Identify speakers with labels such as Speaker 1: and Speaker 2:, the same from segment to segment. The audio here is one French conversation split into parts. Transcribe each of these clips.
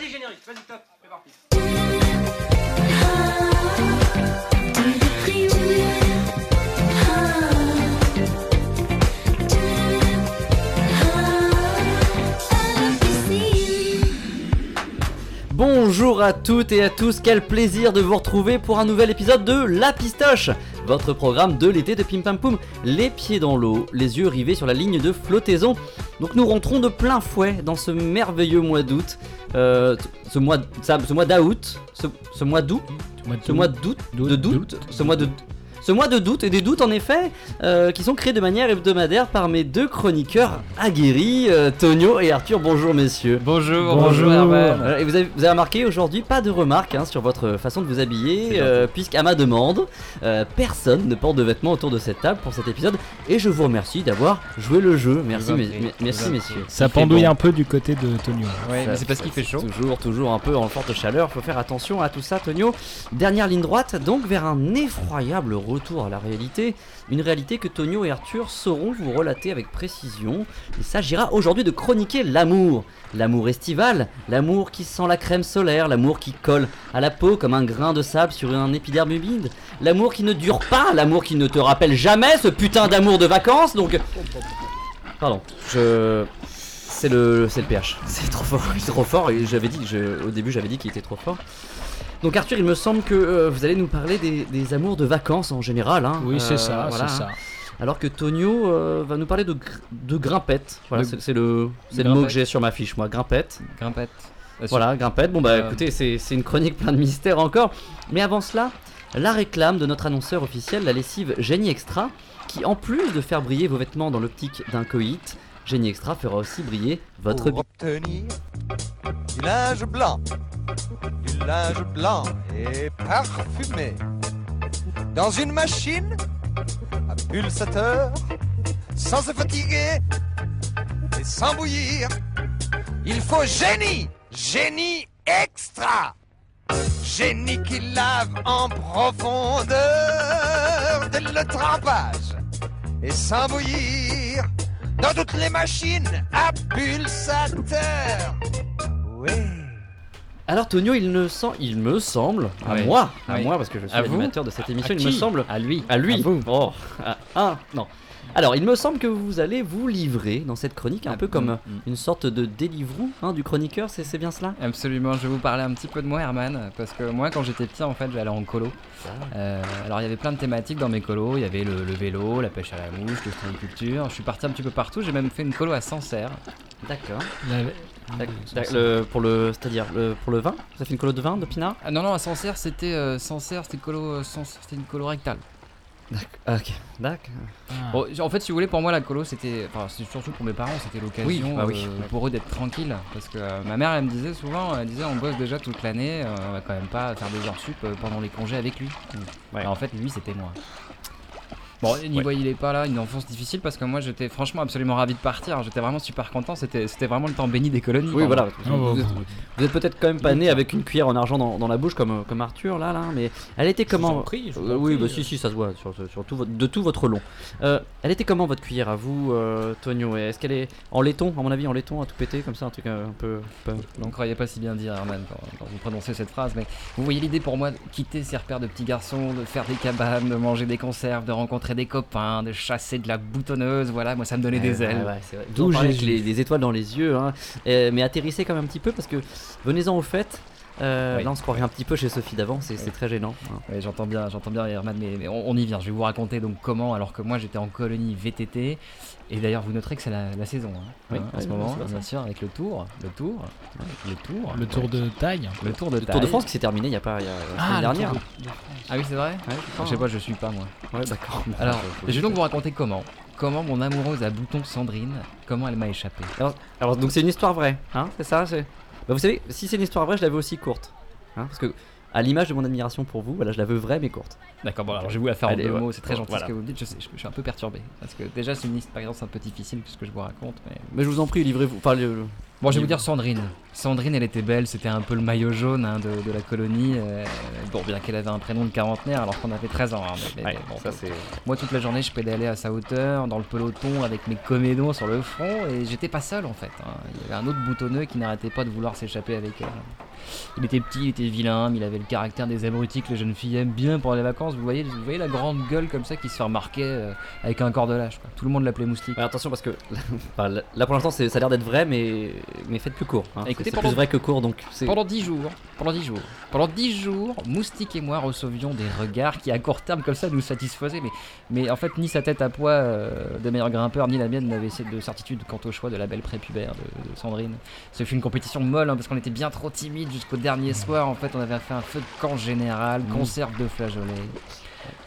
Speaker 1: générique, vas-y top, c'est parti.
Speaker 2: Bonjour à toutes et à tous, quel plaisir de vous retrouver pour un nouvel épisode de La Pistoche, votre programme de l'été de Pim Pam Poum, les pieds dans l'eau, les yeux rivés sur la ligne de flottaison. Donc nous rentrons de plein fouet dans ce merveilleux mois d'août, euh, ce mois, ça- ce mois d'août, ce, ce mois d'août, ce mois d'août,
Speaker 3: D'août,
Speaker 2: de doute,
Speaker 3: d'août,
Speaker 2: ce mois de ce mois de doute et des doutes en effet euh, qui sont créés de manière hebdomadaire par mes deux chroniqueurs aguerris, euh, Tonio et Arthur. Bonjour messieurs.
Speaker 4: Bonjour,
Speaker 3: Bonjour.
Speaker 4: Armel.
Speaker 2: Voilà, Euh, Et vous avez, vous avez remarqué aujourd'hui pas de remarques hein, sur votre façon de vous habiller, euh, puisqu'à ma demande, euh, personne ne porte de vêtements autour de cette table pour cet épisode. Et je vous remercie d'avoir joué le jeu. Merci,
Speaker 4: vous en
Speaker 2: mes-
Speaker 4: prie,
Speaker 2: mes-
Speaker 4: je vous
Speaker 2: merci
Speaker 4: en
Speaker 2: messieurs.
Speaker 3: Ça
Speaker 2: Il fait
Speaker 3: pendouille
Speaker 2: bon.
Speaker 3: un peu du côté de Tonio.
Speaker 4: Ouais,
Speaker 2: Ça-
Speaker 4: mais c'est parce qu'il fait chaud.
Speaker 2: Toujours, toujours un peu en forte chaleur. Faut faire attention à tout ça, Tonio. Dernière ligne droite, donc vers un effroyable retour à la réalité. Une réalité que Tonio et Arthur sauront vous relater avec précision. Il s'agira aujourd'hui de chroniquer l'amour. L'amour estival, l'amour qui sent la crème solaire, l'amour qui colle à la peau comme un grain de sable sur un épiderme humide, l'amour qui ne dure pas, l'amour qui ne te rappelle jamais ce putain d'amour de vacances. Donc, Pardon, je. C'est le, c'est le pH. C'est trop fort. Il est trop fort. Et j'avais dit, je- au début, j'avais dit qu'il était trop fort. Donc Arthur, il me semble que euh, vous allez nous parler des, des amours de vacances en général. hein.
Speaker 3: Oui,
Speaker 2: Euh,
Speaker 3: c'est ça,
Speaker 2: voilà,
Speaker 3: c'est
Speaker 2: hein.
Speaker 3: ça.
Speaker 2: Alors que Tonio euh, va nous parler de, gr- de grimpette. Voilà,
Speaker 4: De-
Speaker 2: c'est, c'est le, c'est le mot que
Speaker 4: grimpette.
Speaker 2: j'ai sur ma fiche, moi, grimpette.
Speaker 4: Grimpette.
Speaker 2: Voilà, grimpette. Bon bah
Speaker 4: Euh,
Speaker 2: écoutez, c'est c'est une chronique plein de mystères encore. Mais avant cela, la réclame de notre annonceur officiel, la lessive Génie Extra, qui en plus de faire briller vos vêtements dans l'optique d'un coït, Génie Extra fera aussi briller votre
Speaker 4: Oh.
Speaker 5: pour obtenir du linge blanc, du linge blanc et parfumé dans une machine à pulsateur sans se fatiguer et sans bouillir. Il faut génie, génie extra, génie qui lave en profondeur dès le trempage et sans bouillir dans toutes les machines à pulsateur. Oui.
Speaker 2: Alors Tonio, il, ne sent, il me semble, à
Speaker 4: Ouais.
Speaker 2: moi, à
Speaker 4: Ouais.
Speaker 2: moi, parce que je suis
Speaker 4: À vous
Speaker 2: animateur de cette émission,
Speaker 4: à
Speaker 2: il me
Speaker 4: qui
Speaker 2: semble,
Speaker 4: À lui.
Speaker 2: à lui,
Speaker 4: À vous.
Speaker 2: oh, à un, non. Alors, il me semble que vous allez vous livrer dans cette chronique, un peu comme euh,
Speaker 4: mm.
Speaker 2: une sorte de délivrou hein, du chroniqueur, c'est c'est bien cela
Speaker 4: Absolument, je vais vous parler un petit peu de moi, Herman, parce que moi, quand j'étais petit, en fait, j'allais en colo. Euh, alors, il y avait plein de thématiques dans mes colos. Il y avait le, le vélo, la pêche à la mouche, l'ostréiculture. Je suis parti un petit peu partout. J'ai même fait une colo à Sancerre.
Speaker 2: D'accord.
Speaker 3: La-
Speaker 2: Tac, tac, le- pour le, c'est-à-dire le- pour le vin, vous avez fait une colo de vin de Pinard
Speaker 4: Ah, non, non, à Sancerre, c'était euh, Sancerre, c'était une colo, euh, Sancerre, c'était une colo rectale.
Speaker 2: Ok, d'accord.
Speaker 3: Ah.
Speaker 4: Bon, en fait, si vous voulez, pour moi, la colo, c'était. Enfin, c'est surtout pour mes parents, c'était l'occasion
Speaker 2: Oui, bah oui,
Speaker 4: euh,
Speaker 2: ouais.
Speaker 4: pour eux d'être tranquilles. Parce que euh, ma mère, elle me disait souvent, elle disait, on bosse déjà toute l'année, euh, on va quand même pas faire des heures sup euh, pendant les congés avec lui.
Speaker 2: Ouais.
Speaker 4: Alors, en fait, lui, c'était moi. Bon, n'y
Speaker 2: Ouais.
Speaker 4: voyez, il est pas là, une enfance difficile parce que moi, j'étais franchement absolument ravi de partir. J'étais vraiment super content, c'était c'était vraiment le temps béni des colonies.
Speaker 2: Oui,
Speaker 4: pardon.
Speaker 2: voilà.
Speaker 3: Oh,
Speaker 2: Vous,
Speaker 3: bon,
Speaker 2: êtes,
Speaker 3: bon.
Speaker 2: vous êtes peut-être quand même pas né avec une cuillère en argent dans, dans la bouche comme, euh, comme Arthur là, là, mais elle était comment Euh, Oui, bah si, si, ça se voit sur, sur- sur tout votre- de tout votre long. Euh, elle était comment votre cuillère à vous, euh, Tonio Et Est-ce qu'elle est en laiton, à mon avis, en laiton, à tout péter comme ça, un truc euh, un peu, un peu-
Speaker 4: Vous ne croyez pas si bien dire, Herman, quand, quand vous prononcez cette phrase, mais vous voyez l'idée pour moi de quitter ces repères de petits garçons, de faire des cabanes, de manger des conserves, de rencontrer des copains, de chasser de la boutonneuse, voilà, moi ça me donnait des
Speaker 2: Ouais,
Speaker 4: ailes.
Speaker 2: Ah ouais, ouais, c'est vrai.
Speaker 3: D'où
Speaker 2: Vous en parlez avec
Speaker 3: Jésus.
Speaker 2: les, les étoiles dans les yeux, hein. Euh, mais atterrissez quand même un petit peu parce que venez-en au fait. Euh,
Speaker 4: Oui.
Speaker 2: Là, on se croirait un petit peu chez Sophie d'avant, c'est c'est très gênant. hein.
Speaker 4: Ouais, j'entends bien, j'entends bien Herman, mais, mais on, on y vient. Je vais vous raconter donc comment, alors que moi j'étais en colonie VTT, et d'ailleurs vous noterez que c'est la, la saison hein,
Speaker 2: Oui,
Speaker 4: hein, en
Speaker 2: oui,
Speaker 4: ce
Speaker 2: oui,
Speaker 4: moment,
Speaker 2: c'est vrai,
Speaker 4: bien sûr, avec le tour, le tour, le tour,
Speaker 3: Le tour de taille.
Speaker 4: le tour de
Speaker 2: Le Tour de
Speaker 4: taille.
Speaker 2: France qui s'est terminé il y a pas il y a la semaine
Speaker 3: le
Speaker 2: dernière.
Speaker 3: tour
Speaker 4: Ah oui c'est vrai.
Speaker 2: Ouais,
Speaker 4: Je sais pas, je suis pas moi.
Speaker 2: Ouais, d'accord.
Speaker 4: Alors, je vais donc vous raconter comment. Comment mon amoureuse à bouton Sandrine, comment elle m'a échappé.
Speaker 2: Alors, alors, donc c'est une histoire vraie, hein C'est ça c'est- Bah, vous savez, si c'est une histoire vraie, je la veux aussi courte, hein Parce que à l'image de mon admiration pour vous, voilà, je la veux vraie mais courte.
Speaker 4: D'accord, bon alors je vais vous la faire
Speaker 2: Allez,
Speaker 4: en deux
Speaker 2: ouais.
Speaker 4: mots, oh, c'est très gentil
Speaker 2: Voilà.
Speaker 4: ce que vous me dites, je, sais, je, je suis un peu perturbé. Parce que déjà c'est une expérience un peu difficile ce que je vous raconte, mais
Speaker 2: Mais je vous en prie, livrez-vous. Enfin, le- le-
Speaker 4: Bon, je vais vous dire Sandrine. Sandrine, elle était belle, c'était un peu le maillot jaune hein, de, de la colonie. euh, bon, bien qu'elle avait un prénom de quarantenaire alors qu'on avait 13 ans. hein, mais- mais-
Speaker 1: Ouais,
Speaker 4: mais bon,
Speaker 1: ça c'est.
Speaker 4: moi, toute la journée, je pédalais à sa hauteur, dans le peloton, avec mes comédons sur le front, et j'étais pas seul en fait. hein. Il y avait un autre boutonneux qui n'arrêtait pas de vouloir s'échapper avec elle. Il était petit, il était vilain, mais il avait le caractère des abrutis que les jeunes filles aiment bien pour les vacances. Vous voyez, vous voyez la grande gueule comme ça qui se fait remarquer euh, avec un cordelage. quoi. Tout le monde l'appelait moustique.
Speaker 2: Alors, attention parce que enfin, là là, pour l'instant c'est- ça a l'air d'être vrai mais, mais faites plus court. hein. C'est-
Speaker 4: Écoutez,
Speaker 2: c'est
Speaker 4: pendant-
Speaker 2: plus vrai que court donc c'est...
Speaker 4: Pendant 10 jours, pendant 10 jours, pendant 10 jours, Moustique et moi recevions des regards qui à court terme comme ça nous satisfaisaient, mais, mais en fait ni sa tête à poids euh, de meilleur grimpeur ni la mienne n'avait cette- de certitude quant au choix de la belle prépubère de, de Sandrine. Ce fut une compétition molle hein, parce qu'on était bien trop timide jusqu'au dernier soir, en fait on avait fait un feu de camp général, conserve de flageolets.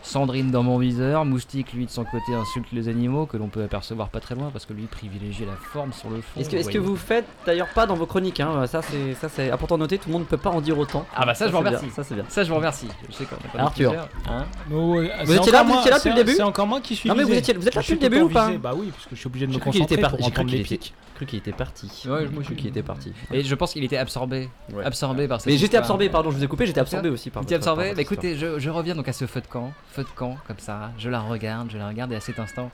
Speaker 4: Sandrine dans mon viseur, Moustique lui de son côté insulte les animaux que l'on peut apercevoir pas très loin parce que lui privilégiait la forme sur le fond.
Speaker 2: Est-ce que, est-ce que
Speaker 4: voyez.
Speaker 2: vous faites d'ailleurs pas dans vos chroniques hein, Ça c'est ça c'est important de noter, tout le monde ne peut pas en dire autant.
Speaker 4: Ah bah ça, je vous
Speaker 2: c'est bien,
Speaker 4: remercie.
Speaker 2: ça c'est bien.
Speaker 4: Ça, je vous remercie. Je sais qu'on n'a pas
Speaker 2: Arthur.
Speaker 4: plusieurs, hein.
Speaker 3: Vous
Speaker 2: étiez là- vous étiez là depuis le début
Speaker 3: C'est encore moi qui suis.
Speaker 2: Non, mais vous
Speaker 3: visé.
Speaker 2: étiez- vous êtes là
Speaker 3: Je suis
Speaker 2: depuis le début ou
Speaker 3: autant
Speaker 2: pas
Speaker 3: visé. Bah oui, parce que je suis obligé de me
Speaker 2: J'ai cru qu'il
Speaker 3: concentrer
Speaker 2: était
Speaker 3: pour
Speaker 2: parti. J'ai
Speaker 3: entendre les
Speaker 2: cru
Speaker 3: pics.
Speaker 2: qu'il était parti.
Speaker 4: Ouais,
Speaker 2: J'ai
Speaker 4: moi, je-
Speaker 2: cru qu'il était parti.
Speaker 4: Et je pense qu'il était absorbé.
Speaker 2: Ouais.
Speaker 4: Absorbé par cette
Speaker 2: Mais j'étais
Speaker 4: histoire.
Speaker 2: absorbé, pardon, je vous ai coupé, j'étais absorbé aussi par
Speaker 4: Vous étiez
Speaker 2: votre- par
Speaker 4: absorbé
Speaker 2: votre
Speaker 4: Bah écoutez, je, je reviens donc à ce feu de camp. Feu de camp, comme ça. Je la regarde, je la regarde et à cet instant.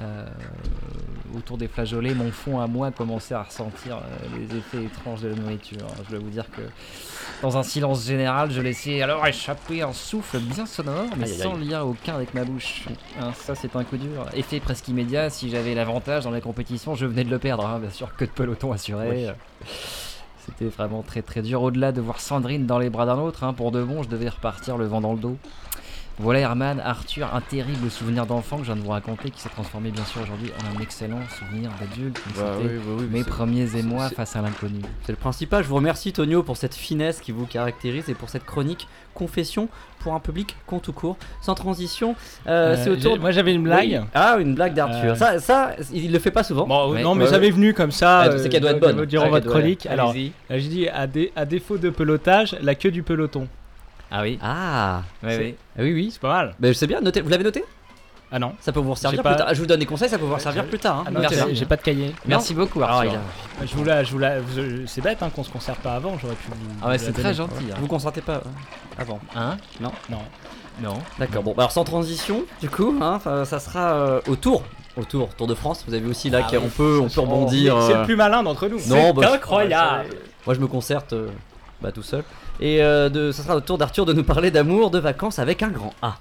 Speaker 4: euh, autour des flageolets, mon fond à moi commençait à ressentir euh, les effets étranges de la nourriture. Je dois vous dire que dans un silence général, je laissais alors échapper un souffle bien sonore, mais
Speaker 2: Aïe, aïe,
Speaker 4: sans lien aucun avec ma bouche. Hein, ça, c'est un coup dur. Effet presque immédiat, si j'avais l'avantage dans la compétition, je venais de le perdre. hein. Bien sûr, que de peloton assuré.
Speaker 2: Oui.
Speaker 4: C'était vraiment très très dur. Au-delà de voir Sandrine dans les bras d'un autre, hein, pour de bon, je devais repartir le vent dans le dos. Voilà Herman, Arthur, un terrible souvenir d'enfant que je viens de vous raconter, qui s'est transformé bien sûr aujourd'hui en un excellent souvenir d'adulte. mais
Speaker 2: part.
Speaker 4: c'était mes
Speaker 2: c'est-
Speaker 4: premiers émois
Speaker 2: c'est-
Speaker 4: face à l'inconnu.
Speaker 2: C'est le principal. Je vous remercie, Tonio, pour cette finesse qui vous caractérise et pour cette chronique confession pour un public con tout court. Sans transition, euh,
Speaker 3: Euh,
Speaker 2: c'est au tour
Speaker 3: j'ai- Moi j'avais une blague.
Speaker 2: Oui. Ah, une blague d'Arthur.
Speaker 3: Euh.
Speaker 2: Ça, ça, il le fait pas souvent.
Speaker 3: Bon, euh,
Speaker 4: Ouais,
Speaker 3: non, mais
Speaker 2: ouais,
Speaker 3: ça m'est venu comme ça.
Speaker 2: Ah, c'est qu'elle doit être
Speaker 3: de- de
Speaker 2: bonne.
Speaker 3: Durant
Speaker 2: Ouais, elle
Speaker 3: votre
Speaker 2: doit-
Speaker 3: chronique. Alors,
Speaker 4: Allez-y.
Speaker 3: je dis à, dé- à défaut de pelotage, la queue du peloton.
Speaker 4: Ah oui,
Speaker 2: Ah,
Speaker 4: oui, oui.
Speaker 2: ah oui, oui.
Speaker 3: C'est pas mal.
Speaker 2: Mais je sais bien, notez, vous l'avez noté
Speaker 3: Ah non.
Speaker 2: Ça peut vous servir
Speaker 3: J'ai pas-
Speaker 2: plus tard. Ah, Je vous donne des conseils, ça peut vous servir
Speaker 3: je-
Speaker 2: plus tard. hein.
Speaker 4: non, Merci.
Speaker 3: J'ai pas de cahier.
Speaker 4: Merci beaucoup Arthur.
Speaker 2: Alors, il a-
Speaker 3: Je vous la, je vous la, je- c'est bête hein, qu'on se concerte pas avant. J'aurais pu. Vous,
Speaker 4: Ah ouais,
Speaker 3: vous
Speaker 4: c'est
Speaker 3: la
Speaker 4: très
Speaker 3: donner.
Speaker 4: gentil. hein.
Speaker 2: Vous consentez pas hein, avant.
Speaker 4: Hein
Speaker 3: Non.
Speaker 4: Non.
Speaker 2: D'accord, bon, bah alors sans transition, du coup, hein, enfin, ça sera euh, au tour. Au tour, Tour de France, vous avez aussi là
Speaker 3: Ah
Speaker 2: qu'on
Speaker 3: oui,
Speaker 2: peut, on peut rebondir.
Speaker 3: C'est le
Speaker 2: euh,
Speaker 3: plus malin d'entre nous.
Speaker 2: Non,
Speaker 3: C'est
Speaker 2: bah, je-
Speaker 3: incroyable.
Speaker 2: Moi, je me concerte euh, bah, tout seul. Et euh, de, ça sera le tour d'Arthur de nous parler d'amour, de vacances avec un grand A.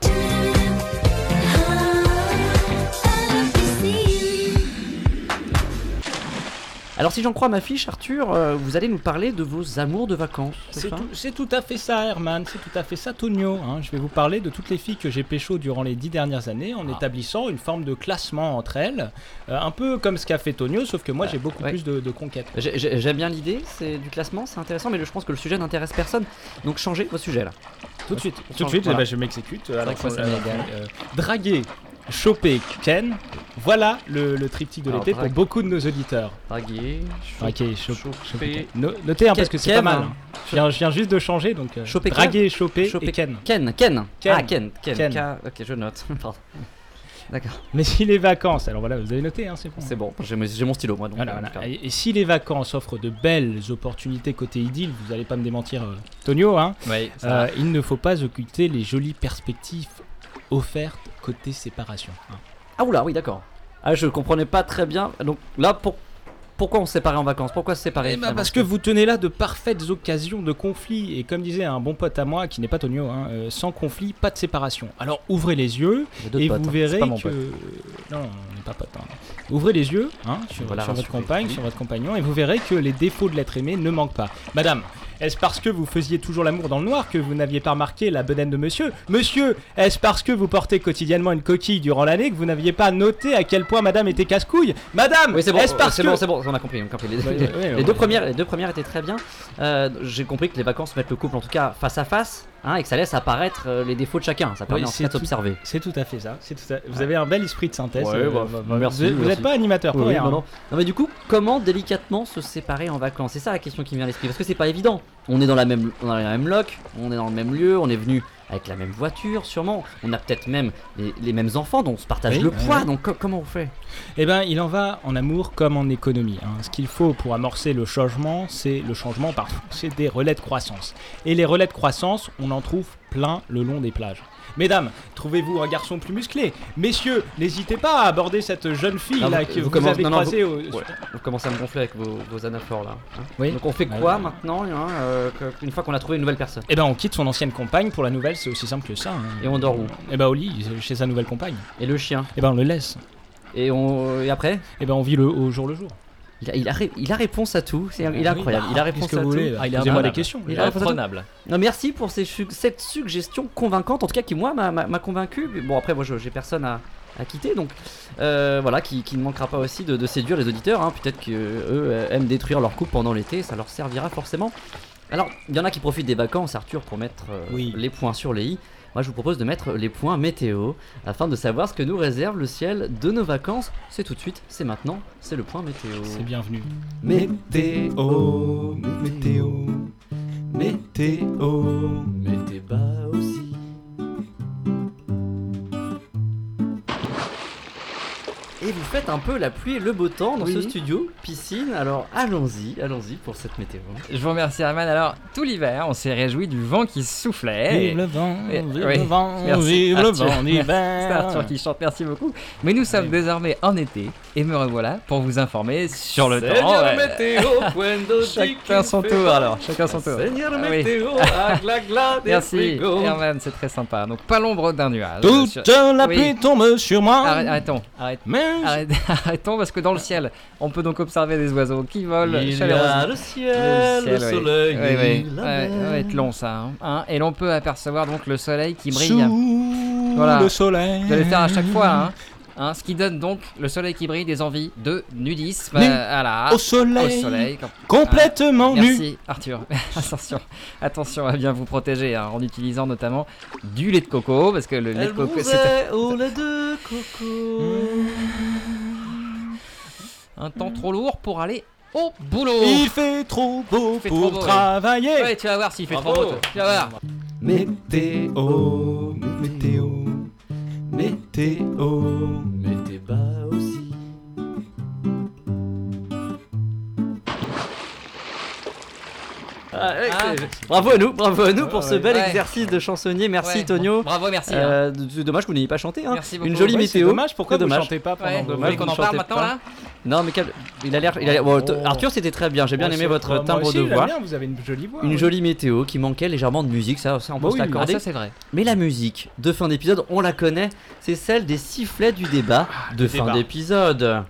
Speaker 2: Alors, si j'en crois ma fiche, Arthur, euh, vous allez nous parler de vos amours de vacances.
Speaker 3: C'est
Speaker 2: ça
Speaker 3: tout, c'est tout à fait ça, Herman. C'est tout à fait ça, Tonio. hein. Je vais vous parler de toutes les filles que j'ai pécho durant les dix dernières années en établissant une forme de classement entre elles. Euh, un peu comme ce qu'a fait Tonio, sauf que moi j'ai beaucoup
Speaker 2: ouais.
Speaker 3: plus de, de conquêtes.
Speaker 2: J'ai- j'ai- J'aime bien l'idée, c'est du classement, c'est intéressant, mais je pense que le sujet n'intéresse personne. Donc, changez vos sujets là.
Speaker 3: Tout de suite.
Speaker 2: on
Speaker 3: Tout de
Speaker 2: change,
Speaker 3: suite,
Speaker 2: voilà.
Speaker 3: eh ben, je m'exécute. Alors,
Speaker 4: que moi, ça
Speaker 3: euh,
Speaker 4: m'est égal.
Speaker 3: euh, draguer, choper, Ken. Voilà le, le triptyque de
Speaker 2: Alors,
Speaker 3: l'été pour
Speaker 2: drague-
Speaker 3: beaucoup de nos auditeurs.
Speaker 2: Draguer,
Speaker 3: Ok, chop-
Speaker 2: choper.
Speaker 3: choper. No- notez hein, parce que c'est pas
Speaker 2: Ken,
Speaker 3: mal.
Speaker 2: hein.
Speaker 3: Je viens, je viens juste de changer, donc euh,
Speaker 2: Choper Ken.
Speaker 3: draguer, choper,
Speaker 2: Choper
Speaker 3: et Ken.
Speaker 2: Ken, Ken.
Speaker 3: Ken.
Speaker 2: Ah, Ken, Ken.
Speaker 3: Ken.
Speaker 2: K- Ok, je note. Pardon. D'accord,
Speaker 3: Mais si les vacances, alors voilà, vous avez noté, hein, c'est bon.
Speaker 2: c'est bon. J'ai mes- j'ai mon stylo, moi. Donc,
Speaker 3: Voilà,
Speaker 2: euh,
Speaker 3: voilà.
Speaker 2: d'accord.
Speaker 3: Et, et si les vacances offrent de belles opportunités côté idylle, vous allez pas me démentir, euh, Tonio, hein,
Speaker 4: Oui,
Speaker 3: euh, il ne faut pas occulter les jolies perspectives offertes côté séparation. hein.
Speaker 2: Ah, oula, oui, d'accord. Ah, je comprenais pas très bien. Donc là, pour... pourquoi on se séparait en vacances Pourquoi se séparer
Speaker 3: Eh ben,
Speaker 2: finalement
Speaker 3: parce que vous tenez là de parfaites occasions de conflit. Et comme disait un bon pote à moi, qui n'est pas Tonio, hein, euh, sans conflit, pas de séparation. Alors ouvrez les yeux
Speaker 2: J'ai deux
Speaker 3: et
Speaker 2: potes,
Speaker 3: vous
Speaker 2: hein.
Speaker 3: verrez
Speaker 2: C'est pas mon
Speaker 3: que.
Speaker 2: pote.
Speaker 3: Non, non, on n'est pas potes. hein. Ouvrez les yeux hein, sur,
Speaker 2: Voilà,
Speaker 3: sur votre
Speaker 2: rassurez.
Speaker 3: compagne,
Speaker 2: Oui.
Speaker 3: sur votre compagnon, et vous verrez que les défauts de l'être aimé ne manquent pas. Madame, est-ce parce que vous faisiez toujours l'amour dans le noir que vous n'aviez pas remarqué la bedaine de monsieur Monsieur, est-ce parce que vous portez quotidiennement une coquille durant l'année que vous n'aviez pas noté à quel point madame était casse-couille Madame,
Speaker 2: Oui, c'est bon,
Speaker 3: est-ce parce
Speaker 2: c'est
Speaker 3: que.
Speaker 2: bon, c'est bon, on a compris, on a compris. Les,
Speaker 3: Ouais,
Speaker 2: les-
Speaker 3: ouais, ouais,
Speaker 2: les
Speaker 3: ouais.
Speaker 2: deux premières, les deux premières étaient très bien. Euh, J'ai compris que les vacances mettent le couple, en tout cas, face à face, hein, et que ça laisse apparaître euh, les défauts de chacun. Ça permet en
Speaker 3: c'est
Speaker 2: fait
Speaker 3: tout.
Speaker 2: d'observer.
Speaker 3: C'est tout à fait ça. C'est tout à- Vous avez un bel esprit de synthèse.
Speaker 2: Ouais,
Speaker 3: euh,
Speaker 2: bah,
Speaker 3: vous-
Speaker 2: merci,
Speaker 3: Vous
Speaker 2: merci.
Speaker 3: n'êtes pas animateur pour
Speaker 2: Oui,
Speaker 3: rien. hein.
Speaker 2: non, non. Non, mais du coup, comment délicatement se séparer en vacances C'est ça la question qui me vient à l'esprit. Parce que c'est pas évident. On est dans la même, on est dans la même loc, on est dans le même lieu, on est venu avec la même voiture, sûrement. On a peut-être même les, les mêmes enfants, dont on se partage
Speaker 3: Oui,
Speaker 2: le
Speaker 3: oui,
Speaker 2: poids.
Speaker 3: oui.
Speaker 2: Donc co- comment on fait
Speaker 3: Eh ben, il en va en amour comme en économie. hein. Ce qu'il faut pour amorcer le changement, c'est le changement, pardon, c'est des relais de croissance. Et les relais de croissance, on en trouve plein le long des plages. Mesdames, trouvez-vous un garçon plus musclé. Messieurs, n'hésitez pas à aborder cette jeune fille
Speaker 2: Non,
Speaker 3: là
Speaker 2: vous-
Speaker 3: que
Speaker 2: vous
Speaker 3: vous,
Speaker 2: commencez-
Speaker 3: avez
Speaker 2: non, non,
Speaker 3: croisée au.
Speaker 2: Ouais. On commence à me gonfler avec vos, vos anaphores là. hein.
Speaker 3: Oui.
Speaker 2: Donc on fait quoi maintenant hein, euh, que- Une fois qu'on a trouvé une nouvelle personne
Speaker 3: Eh ben, on quitte son ancienne compagne pour la nouvelle. C'est aussi simple que ça. hein.
Speaker 2: Et on dort où
Speaker 3: Eh ben, au lit, chez sa nouvelle compagne.
Speaker 2: et le chien
Speaker 3: Eh ben, on le laisse.
Speaker 2: et on et après
Speaker 3: Eh ben, on vit le au jour le jour.
Speaker 2: il a, il a ré- il a réponse à tout. C'est il est incroyable. Il a réponse
Speaker 3: Qu'est-ce que
Speaker 2: à
Speaker 3: vous
Speaker 2: tout.
Speaker 3: voulez
Speaker 4: Ah, il est
Speaker 3: Posez-moi des
Speaker 4: imprenable.
Speaker 3: questions.
Speaker 2: Il
Speaker 4: Il
Speaker 2: a-
Speaker 4: est imprenable.
Speaker 2: Non, merci pour ces su- cette suggestion convaincante, en tout cas qui moi m'a- m'a m'a convaincu. Mais Bon après moi je- j'ai personne à, à quitter donc euh, voilà qui, qui ne manquera pas aussi de, de séduire les auditeurs. hein. Peut-être que eux euh, aiment détruire leur couple pendant l'été, ça leur servira forcément. Alors il y en a qui profitent des vacances Arthur pour mettre euh,
Speaker 3: Oui.
Speaker 2: les points sur les i. Moi je vous propose de mettre les points météo afin de savoir ce que nous réserve le ciel de nos vacances. C'est tout de suite, c'est maintenant, c'est le point météo.
Speaker 3: C'est bienvenu.
Speaker 2: Météo, météo, météo, mettez bas aussi. Et vous faites un peu la pluie et le beau temps dans ce studio, piscine, alors allons-y, allons-y pour cette météo.
Speaker 4: Je vous remercie, Herman. Alors, tout l'hiver, on s'est réjoui du vent qui soufflait.
Speaker 3: Vive le vent,
Speaker 4: Eh,
Speaker 3: vive
Speaker 4: oui.
Speaker 3: le vent,
Speaker 4: Merci,
Speaker 3: vive le
Speaker 4: Arthur.
Speaker 3: vent d'hiver.
Speaker 4: C'est Arthur qui chante, merci beaucoup. Mais nous sommes désormais en été et me revoilà pour vous informer sur le temps. ouais. Chacun son tour alors, chacun son tour.
Speaker 2: Seigneur
Speaker 4: Ah oui.
Speaker 2: météo, à gla gla des
Speaker 4: Merci,
Speaker 2: frigos.
Speaker 4: Herman, c'est très sympa. Donc, pas l'ombre d'un nuage. Sur-
Speaker 3: Toute la
Speaker 4: Oui.
Speaker 3: pluie tombe sur moi.
Speaker 4: Arrête- Arrêtons, arrête-
Speaker 3: Mais
Speaker 4: arrête- arrêtons parce que dans le ciel, on peut donc observer des oiseaux qui volent
Speaker 2: Il y
Speaker 4: chaleureusement.
Speaker 2: a le ciel, le
Speaker 4: ciel, oui.
Speaker 2: soleil,
Speaker 4: Oui, oui.
Speaker 2: la mer.
Speaker 4: Ouais, ça va être long ça. hein. Hein, et l'on peut apercevoir donc le soleil qui brille.
Speaker 3: sous
Speaker 4: Voilà.
Speaker 3: le soleil.
Speaker 4: Vous allez le faire à chaque fois.
Speaker 2: Mm-hmm.
Speaker 4: Hein. Hein, ce qui donne donc le soleil qui brille des envies de nudisme.
Speaker 3: Nu-
Speaker 4: euh, voilà.
Speaker 3: Au soleil.
Speaker 4: Au soleil, quand-
Speaker 3: Complètement nu.
Speaker 4: Merci Arthur. attention, attention à bien vous protéger hein, en utilisant notamment du lait de coco parce que le lait de
Speaker 2: Elle
Speaker 4: coco c'est
Speaker 2: bronzait au lait de coco.
Speaker 4: un temps trop lourd pour aller au boulot.
Speaker 3: Il fait trop beau
Speaker 4: Il fait trop
Speaker 3: pour
Speaker 4: beau, oui.
Speaker 3: travailler.
Speaker 4: Ouais, tu vas voir s'il fait
Speaker 3: Bravo.
Speaker 4: trop beau. toi. Tu vas voir.
Speaker 2: Météo, météo, météo, mettez bas aussi.
Speaker 4: Ah.
Speaker 2: Bravo à nous, bravo à nous pour ce bel
Speaker 4: Ouais.
Speaker 2: exercice de chansonnier. Merci
Speaker 4: Ouais.
Speaker 2: Tonio.
Speaker 4: Bravo, merci. hein.
Speaker 2: Euh, c'est dommage que vous n'ayez pas chanté. Hein.
Speaker 4: Merci
Speaker 2: Une
Speaker 4: beaucoup.
Speaker 2: jolie
Speaker 4: Ouais,
Speaker 3: C'est
Speaker 2: météo.
Speaker 3: dommage, pourquoi
Speaker 2: Très
Speaker 3: vous
Speaker 2: dommage.
Speaker 3: chantez pas pendant
Speaker 4: Ouais,
Speaker 3: le
Speaker 4: vous
Speaker 2: dommage,
Speaker 4: voulez qu'on
Speaker 2: vous
Speaker 4: en parle
Speaker 2: chantez
Speaker 4: maintenant
Speaker 2: pas. Ah
Speaker 4: là
Speaker 2: Non mais quel- il a l'air. il a l'air- bon, t-
Speaker 3: Oh.
Speaker 2: Arthur c'était très bien. J'ai bien
Speaker 3: Oh,
Speaker 2: aimé
Speaker 3: c'est-
Speaker 2: votre
Speaker 3: moi
Speaker 2: timbre
Speaker 3: aussi,
Speaker 2: de
Speaker 3: j'aime
Speaker 2: voix.
Speaker 3: bien, Vous avez une jolie voix.
Speaker 2: Une
Speaker 4: hein.
Speaker 3: ouais.
Speaker 2: jolie météo qui manquait légèrement de musique, ça, ça on peut
Speaker 3: Bah oui.
Speaker 2: se
Speaker 4: Ah,
Speaker 2: l'accorder.
Speaker 4: ça c'est vrai.
Speaker 2: Mais la musique de fin d'épisode, on la connaît, c'est celle des sifflets du débat de fin
Speaker 3: débat.
Speaker 2: d'épisode.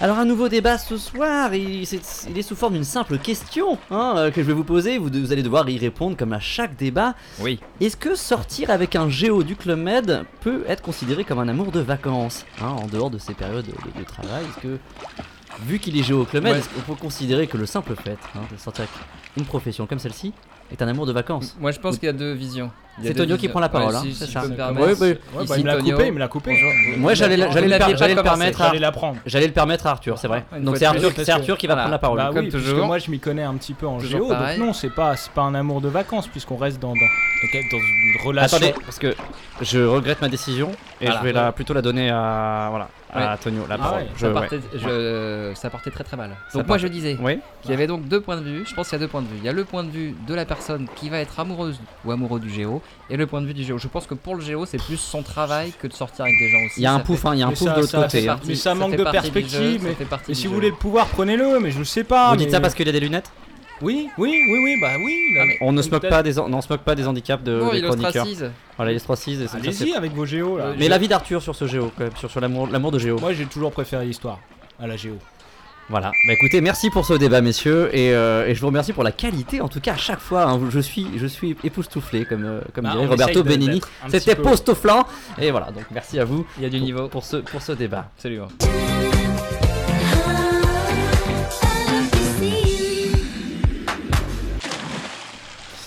Speaker 2: Alors un nouveau débat ce soir, il, c'est- il est sous forme d'une simple question hein, euh, que je vais vous poser, vous, de- vous allez devoir y répondre comme à chaque débat.
Speaker 4: Oui.
Speaker 2: Est-ce que sortir avec un géo du Club Med peut être considéré comme un amour de vacances hein, En dehors de ces périodes de, de- de travail, est-ce que, vu qu'il est géo au Club Med,
Speaker 4: Ouais.
Speaker 2: est-ce qu'on peut considérer que le simple fait hein, de sortir avec une profession comme celle-ci est un amour de vacances
Speaker 4: Moi je pense qu'il y a deux visions. Il y a
Speaker 2: C'est
Speaker 4: deux
Speaker 2: Tonio qui
Speaker 4: visions.
Speaker 2: prend la
Speaker 4: Ouais,
Speaker 2: parole, hein,
Speaker 4: si-
Speaker 2: c'est
Speaker 4: si
Speaker 2: ça.
Speaker 4: je peux me
Speaker 2: Ouais,
Speaker 4: permettre.
Speaker 2: bah,
Speaker 3: Ouais, bah,
Speaker 4: Ici,
Speaker 3: il me l'a
Speaker 4: Tonio.
Speaker 3: coupé, il me l'a coupé.
Speaker 4: Bonjour.
Speaker 2: Moi, j'allais la-
Speaker 4: Vous
Speaker 2: j'allais le
Speaker 4: n'aviez
Speaker 2: per-
Speaker 4: pas
Speaker 2: j'allais le
Speaker 4: commencé.
Speaker 2: permettre à-
Speaker 3: J'allais la prendre.
Speaker 2: J'allais le permettre à Arthur, c'est vrai.
Speaker 4: Une
Speaker 2: Donc
Speaker 4: fois
Speaker 2: c'est
Speaker 4: de plus,
Speaker 2: Arthur,
Speaker 3: parce
Speaker 2: c'est
Speaker 3: que-
Speaker 2: Arthur qui va
Speaker 4: voilà.
Speaker 2: prendre la parole.
Speaker 3: Bah
Speaker 4: Comme
Speaker 3: oui, puisque
Speaker 4: toujours.
Speaker 3: moi je m'y connais un petit peu en
Speaker 4: Toujours
Speaker 3: géo, donc
Speaker 4: pareil.
Speaker 3: non, c'est pas, c'est pas un amour de vacances, puisqu'on reste dans, dans, dans- dans une relation.
Speaker 2: Attendez, parce que je regrette ma décision et
Speaker 4: Voilà.
Speaker 2: je vais la, plutôt la donner à, voilà, à Tonio, la
Speaker 3: Ah
Speaker 2: parole.
Speaker 3: ouais,
Speaker 2: Je-
Speaker 4: Ça
Speaker 2: ouais.
Speaker 4: partait, je- ça partait très très mal. Donc
Speaker 2: Ça
Speaker 4: moi
Speaker 2: partait-
Speaker 4: je disais
Speaker 2: Oui,
Speaker 4: qu'il y avait donc deux points de vue. Je pense qu'il y a deux points de vue. Il y a le point de vue de la personne qui va être amoureuse ou amoureux du géo et le point de vue du géo. Je pense que pour le géo c'est plus son travail que de sortir avec des gens aussi.
Speaker 2: il y a un
Speaker 4: Ça
Speaker 2: pouf,
Speaker 4: fait-
Speaker 2: hein, il y a un
Speaker 3: Mais
Speaker 2: pouf
Speaker 3: ça-
Speaker 2: de l'autre
Speaker 3: ça-
Speaker 2: côté.
Speaker 4: fait
Speaker 2: hein.
Speaker 4: partie-
Speaker 3: Mais ça manque
Speaker 4: fait
Speaker 3: de
Speaker 4: partie du jeu,
Speaker 3: perspective,
Speaker 4: ça
Speaker 3: mais-
Speaker 4: fait partie
Speaker 3: Mais
Speaker 4: du
Speaker 3: si vous
Speaker 4: jeu.
Speaker 3: voulez le pouvoir, prenez-le, mais je le sais pas.
Speaker 2: Vous dites ça
Speaker 3: mais-
Speaker 2: parce qu'il y a des lunettes
Speaker 3: Oui, oui, oui, oui, bah oui. là.
Speaker 4: Ah, mais-
Speaker 2: On ne se moque
Speaker 3: Peut-être-
Speaker 2: pas des, en- non, on se moque pas des handicaps
Speaker 3: euh,
Speaker 2: de
Speaker 4: Non,
Speaker 2: des
Speaker 4: il
Speaker 2: chroniqueurs.
Speaker 4: ostracise.
Speaker 2: Voilà, il est 3-6 et c'est ça, c'est- Euh,
Speaker 3: Allez-y Bah, avec vos géos là.
Speaker 2: Mais l'avis d'Arthur sur ce géo, quand même, sur, sur l'amour, l'amour de géo.
Speaker 3: Moi j'ai toujours préféré l'histoire à la géo.
Speaker 2: Voilà. Bah écoutez, merci pour ce débat, messieurs, et, euh, et je vous remercie pour la qualité. En tout cas, à chaque fois, hein, je suis, je suis époustouflé, comme, euh, comme
Speaker 3: Bah,
Speaker 2: dirait
Speaker 3: on
Speaker 2: Roberto
Speaker 3: essaye de-
Speaker 2: Benigni.
Speaker 3: d'être un petit
Speaker 2: C'était
Speaker 3: peu-
Speaker 2: postoflant. Et voilà. Donc merci à vous.
Speaker 4: Il y a du
Speaker 2: pour-
Speaker 4: niveau.
Speaker 2: pour ce pour ce débat.
Speaker 4: Absolument.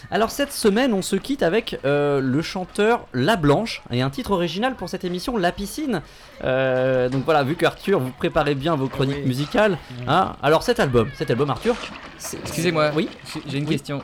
Speaker 2: Alors cette semaine, on se quitte avec euh, le chanteur La Blanche et un titre original pour cette émission, La Piscine. Euh, donc voilà, vu qu'Arthur, vous préparez bien vos chroniques
Speaker 4: Oui.
Speaker 2: musicales. hein. Alors cet album, cet album Arthur. c'est-
Speaker 4: Excusez-moi.
Speaker 2: Oui.
Speaker 4: J'ai- J'ai une
Speaker 2: Oui.
Speaker 4: question.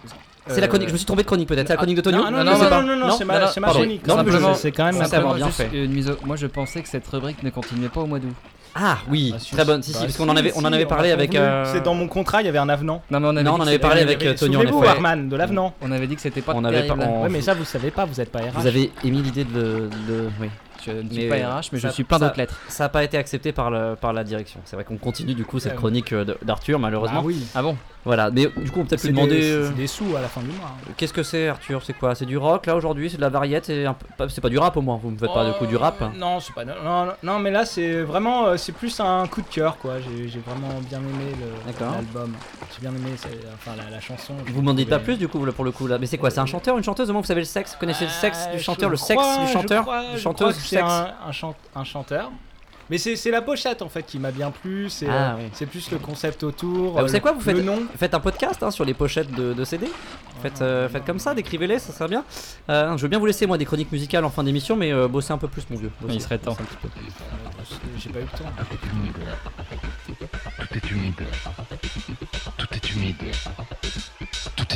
Speaker 2: C'est la chronique. Je me suis trompé de chronique peut-être. C'est la
Speaker 4: Ah,
Speaker 2: chronique de Tonio.
Speaker 3: Euh, Non, non,
Speaker 4: non,
Speaker 3: non,
Speaker 4: non,
Speaker 3: non,
Speaker 4: non,
Speaker 3: non,
Speaker 2: non,
Speaker 3: c'est
Speaker 2: non,
Speaker 3: ma,
Speaker 2: non,
Speaker 3: c'est ma
Speaker 2: pardon.
Speaker 3: chronique.
Speaker 2: Non,
Speaker 3: ça,
Speaker 2: mais
Speaker 3: je-
Speaker 4: je-
Speaker 3: c'est quand même.
Speaker 2: ça,
Speaker 3: important.
Speaker 4: Simplement,
Speaker 2: bien
Speaker 4: juste
Speaker 2: fait.
Speaker 4: une mise au- Moi, je pensais que cette rubrique ne continuait pas au mois d'août.
Speaker 2: Ah oui,
Speaker 3: Bah, si,
Speaker 2: très
Speaker 3: si.
Speaker 2: bonne. Si, si,
Speaker 3: Bah,
Speaker 2: parce qu'on en avait, on en
Speaker 3: si,
Speaker 2: avait
Speaker 3: on
Speaker 2: parlé
Speaker 3: a
Speaker 2: avec.
Speaker 3: convenu.
Speaker 2: euh,
Speaker 3: C'est dans mon contrat, il y avait un avenant.
Speaker 4: Non, mais on avait
Speaker 2: Non,
Speaker 4: dit
Speaker 2: on en
Speaker 4: que
Speaker 2: avait
Speaker 4: c'était-
Speaker 2: parlé avec euh, Tonio en
Speaker 3: Souvenez-vous,
Speaker 2: effet.
Speaker 3: Arman, de l'avenant.
Speaker 4: On avait dit que c'était pas
Speaker 2: On avait pas-
Speaker 4: terrible.
Speaker 2: on-
Speaker 3: Ouais, mais ça, vous savez pas, vous êtes pas RH.
Speaker 2: Vous avez émis l'idée de, le- de- oui.
Speaker 4: Je ne suis
Speaker 2: Mais,
Speaker 4: pas RH, mais
Speaker 2: ça-
Speaker 4: je suis plein
Speaker 2: ça-
Speaker 4: d'autres lettres.
Speaker 2: Ça n'a pas été accepté par, le, par la direction. C'est vrai qu'on continue du coup cette
Speaker 3: Ah oui.
Speaker 2: chronique euh, de- d'Arthur malheureusement.
Speaker 3: Ah oui.
Speaker 4: Ah bon
Speaker 2: Voilà, mais du coup on peut peut-être
Speaker 3: C'est
Speaker 2: lui
Speaker 3: des,
Speaker 2: demander.
Speaker 3: c'est-
Speaker 2: euh,
Speaker 3: c'est des sous à la fin du mois. hein.
Speaker 2: Qu'est-ce que c'est Arthur C'est quoi C'est du rock là aujourd'hui C'est de la variette C'est un peu- pas- c'est pas du rap au moins Vous me faites pas du coup du rap hein.
Speaker 3: Euh, Non, c'est pas. Non, non, non, mais là, c'est vraiment, euh, c'est plus un coup de cœur, quoi. J'ai j'ai vraiment bien aimé le-
Speaker 2: D'accord.
Speaker 3: l'album. J'ai bien aimé, c'est- enfin, la, la chanson.
Speaker 2: Vous m'en dites pas plus du coup là, pour le coup là. Mais c'est quoi C'est un chanteur, une chanteuse Au moins vous savez le sexe Vous connaissez le sexe
Speaker 3: Euh,
Speaker 2: du chanteur, le sexe du chanteur, du chanteuse,
Speaker 3: chanteuse,
Speaker 2: du
Speaker 3: c'est
Speaker 2: sexe
Speaker 3: un, un chan- un chanteur. Mais c'est c'est la pochette en fait qui m'a bien plu. C'est
Speaker 2: Ah,
Speaker 3: euh,
Speaker 2: oui.
Speaker 3: c'est plus le concept autour.
Speaker 2: Ah, vous
Speaker 3: euh,
Speaker 2: savez quoi, vous
Speaker 3: le
Speaker 2: faites-
Speaker 3: nom.
Speaker 2: Faites un podcast hein, sur les pochettes de, de CD. Faites, euh, faites comme ça, décrivez-les, ça sert bien. Euh, je veux bien vous laisser moi des chroniques musicales en fin d'émission, mais euh, bossez un peu plus, mon vieux. Bossez.
Speaker 4: Il serait temps.
Speaker 3: J'ai pas eu le temps.
Speaker 1: Tout est humide. Tout est humide. Tout est humide. Tout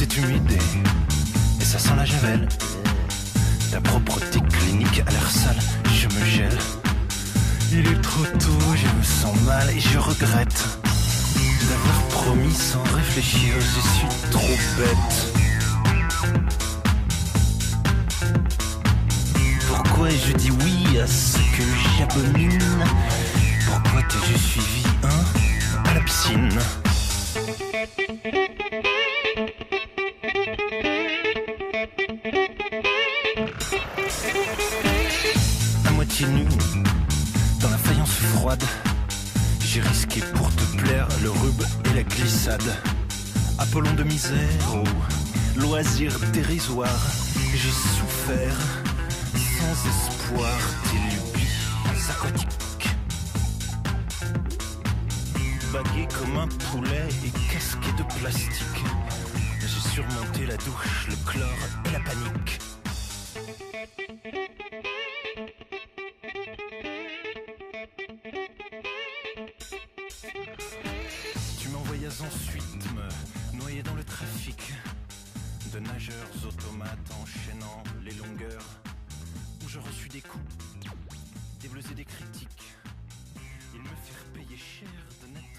Speaker 1: est humide et, et ça sent la javel. Ta propreté clinique a l'air sale, je me gèle. Il est trop tôt, je me sens mal et je regrette d'avoir promis sans réfléchir, je suis trop bête. Pourquoi je dis oui à ce que j'abomine pourquoi t'ai-je suivi, hein À la piscine. À moitié nu, dans la faïence froide, j'ai risqué pour te plaire le rub et la glissade. Apollon de misère, oh, loisir dérisoire, j'ai souffert sans espoir des lubies aquatiques bagué comme un poulet et casqué de plastique. J'ai surmonté la douche, le chlore et la panique. Tu m'envoyas ensuite me noyer dans le trafic de nageurs automates enchaînant les longueurs où je reçus des coups, des bleus et des critiques. Ils me firent payer cher de n'être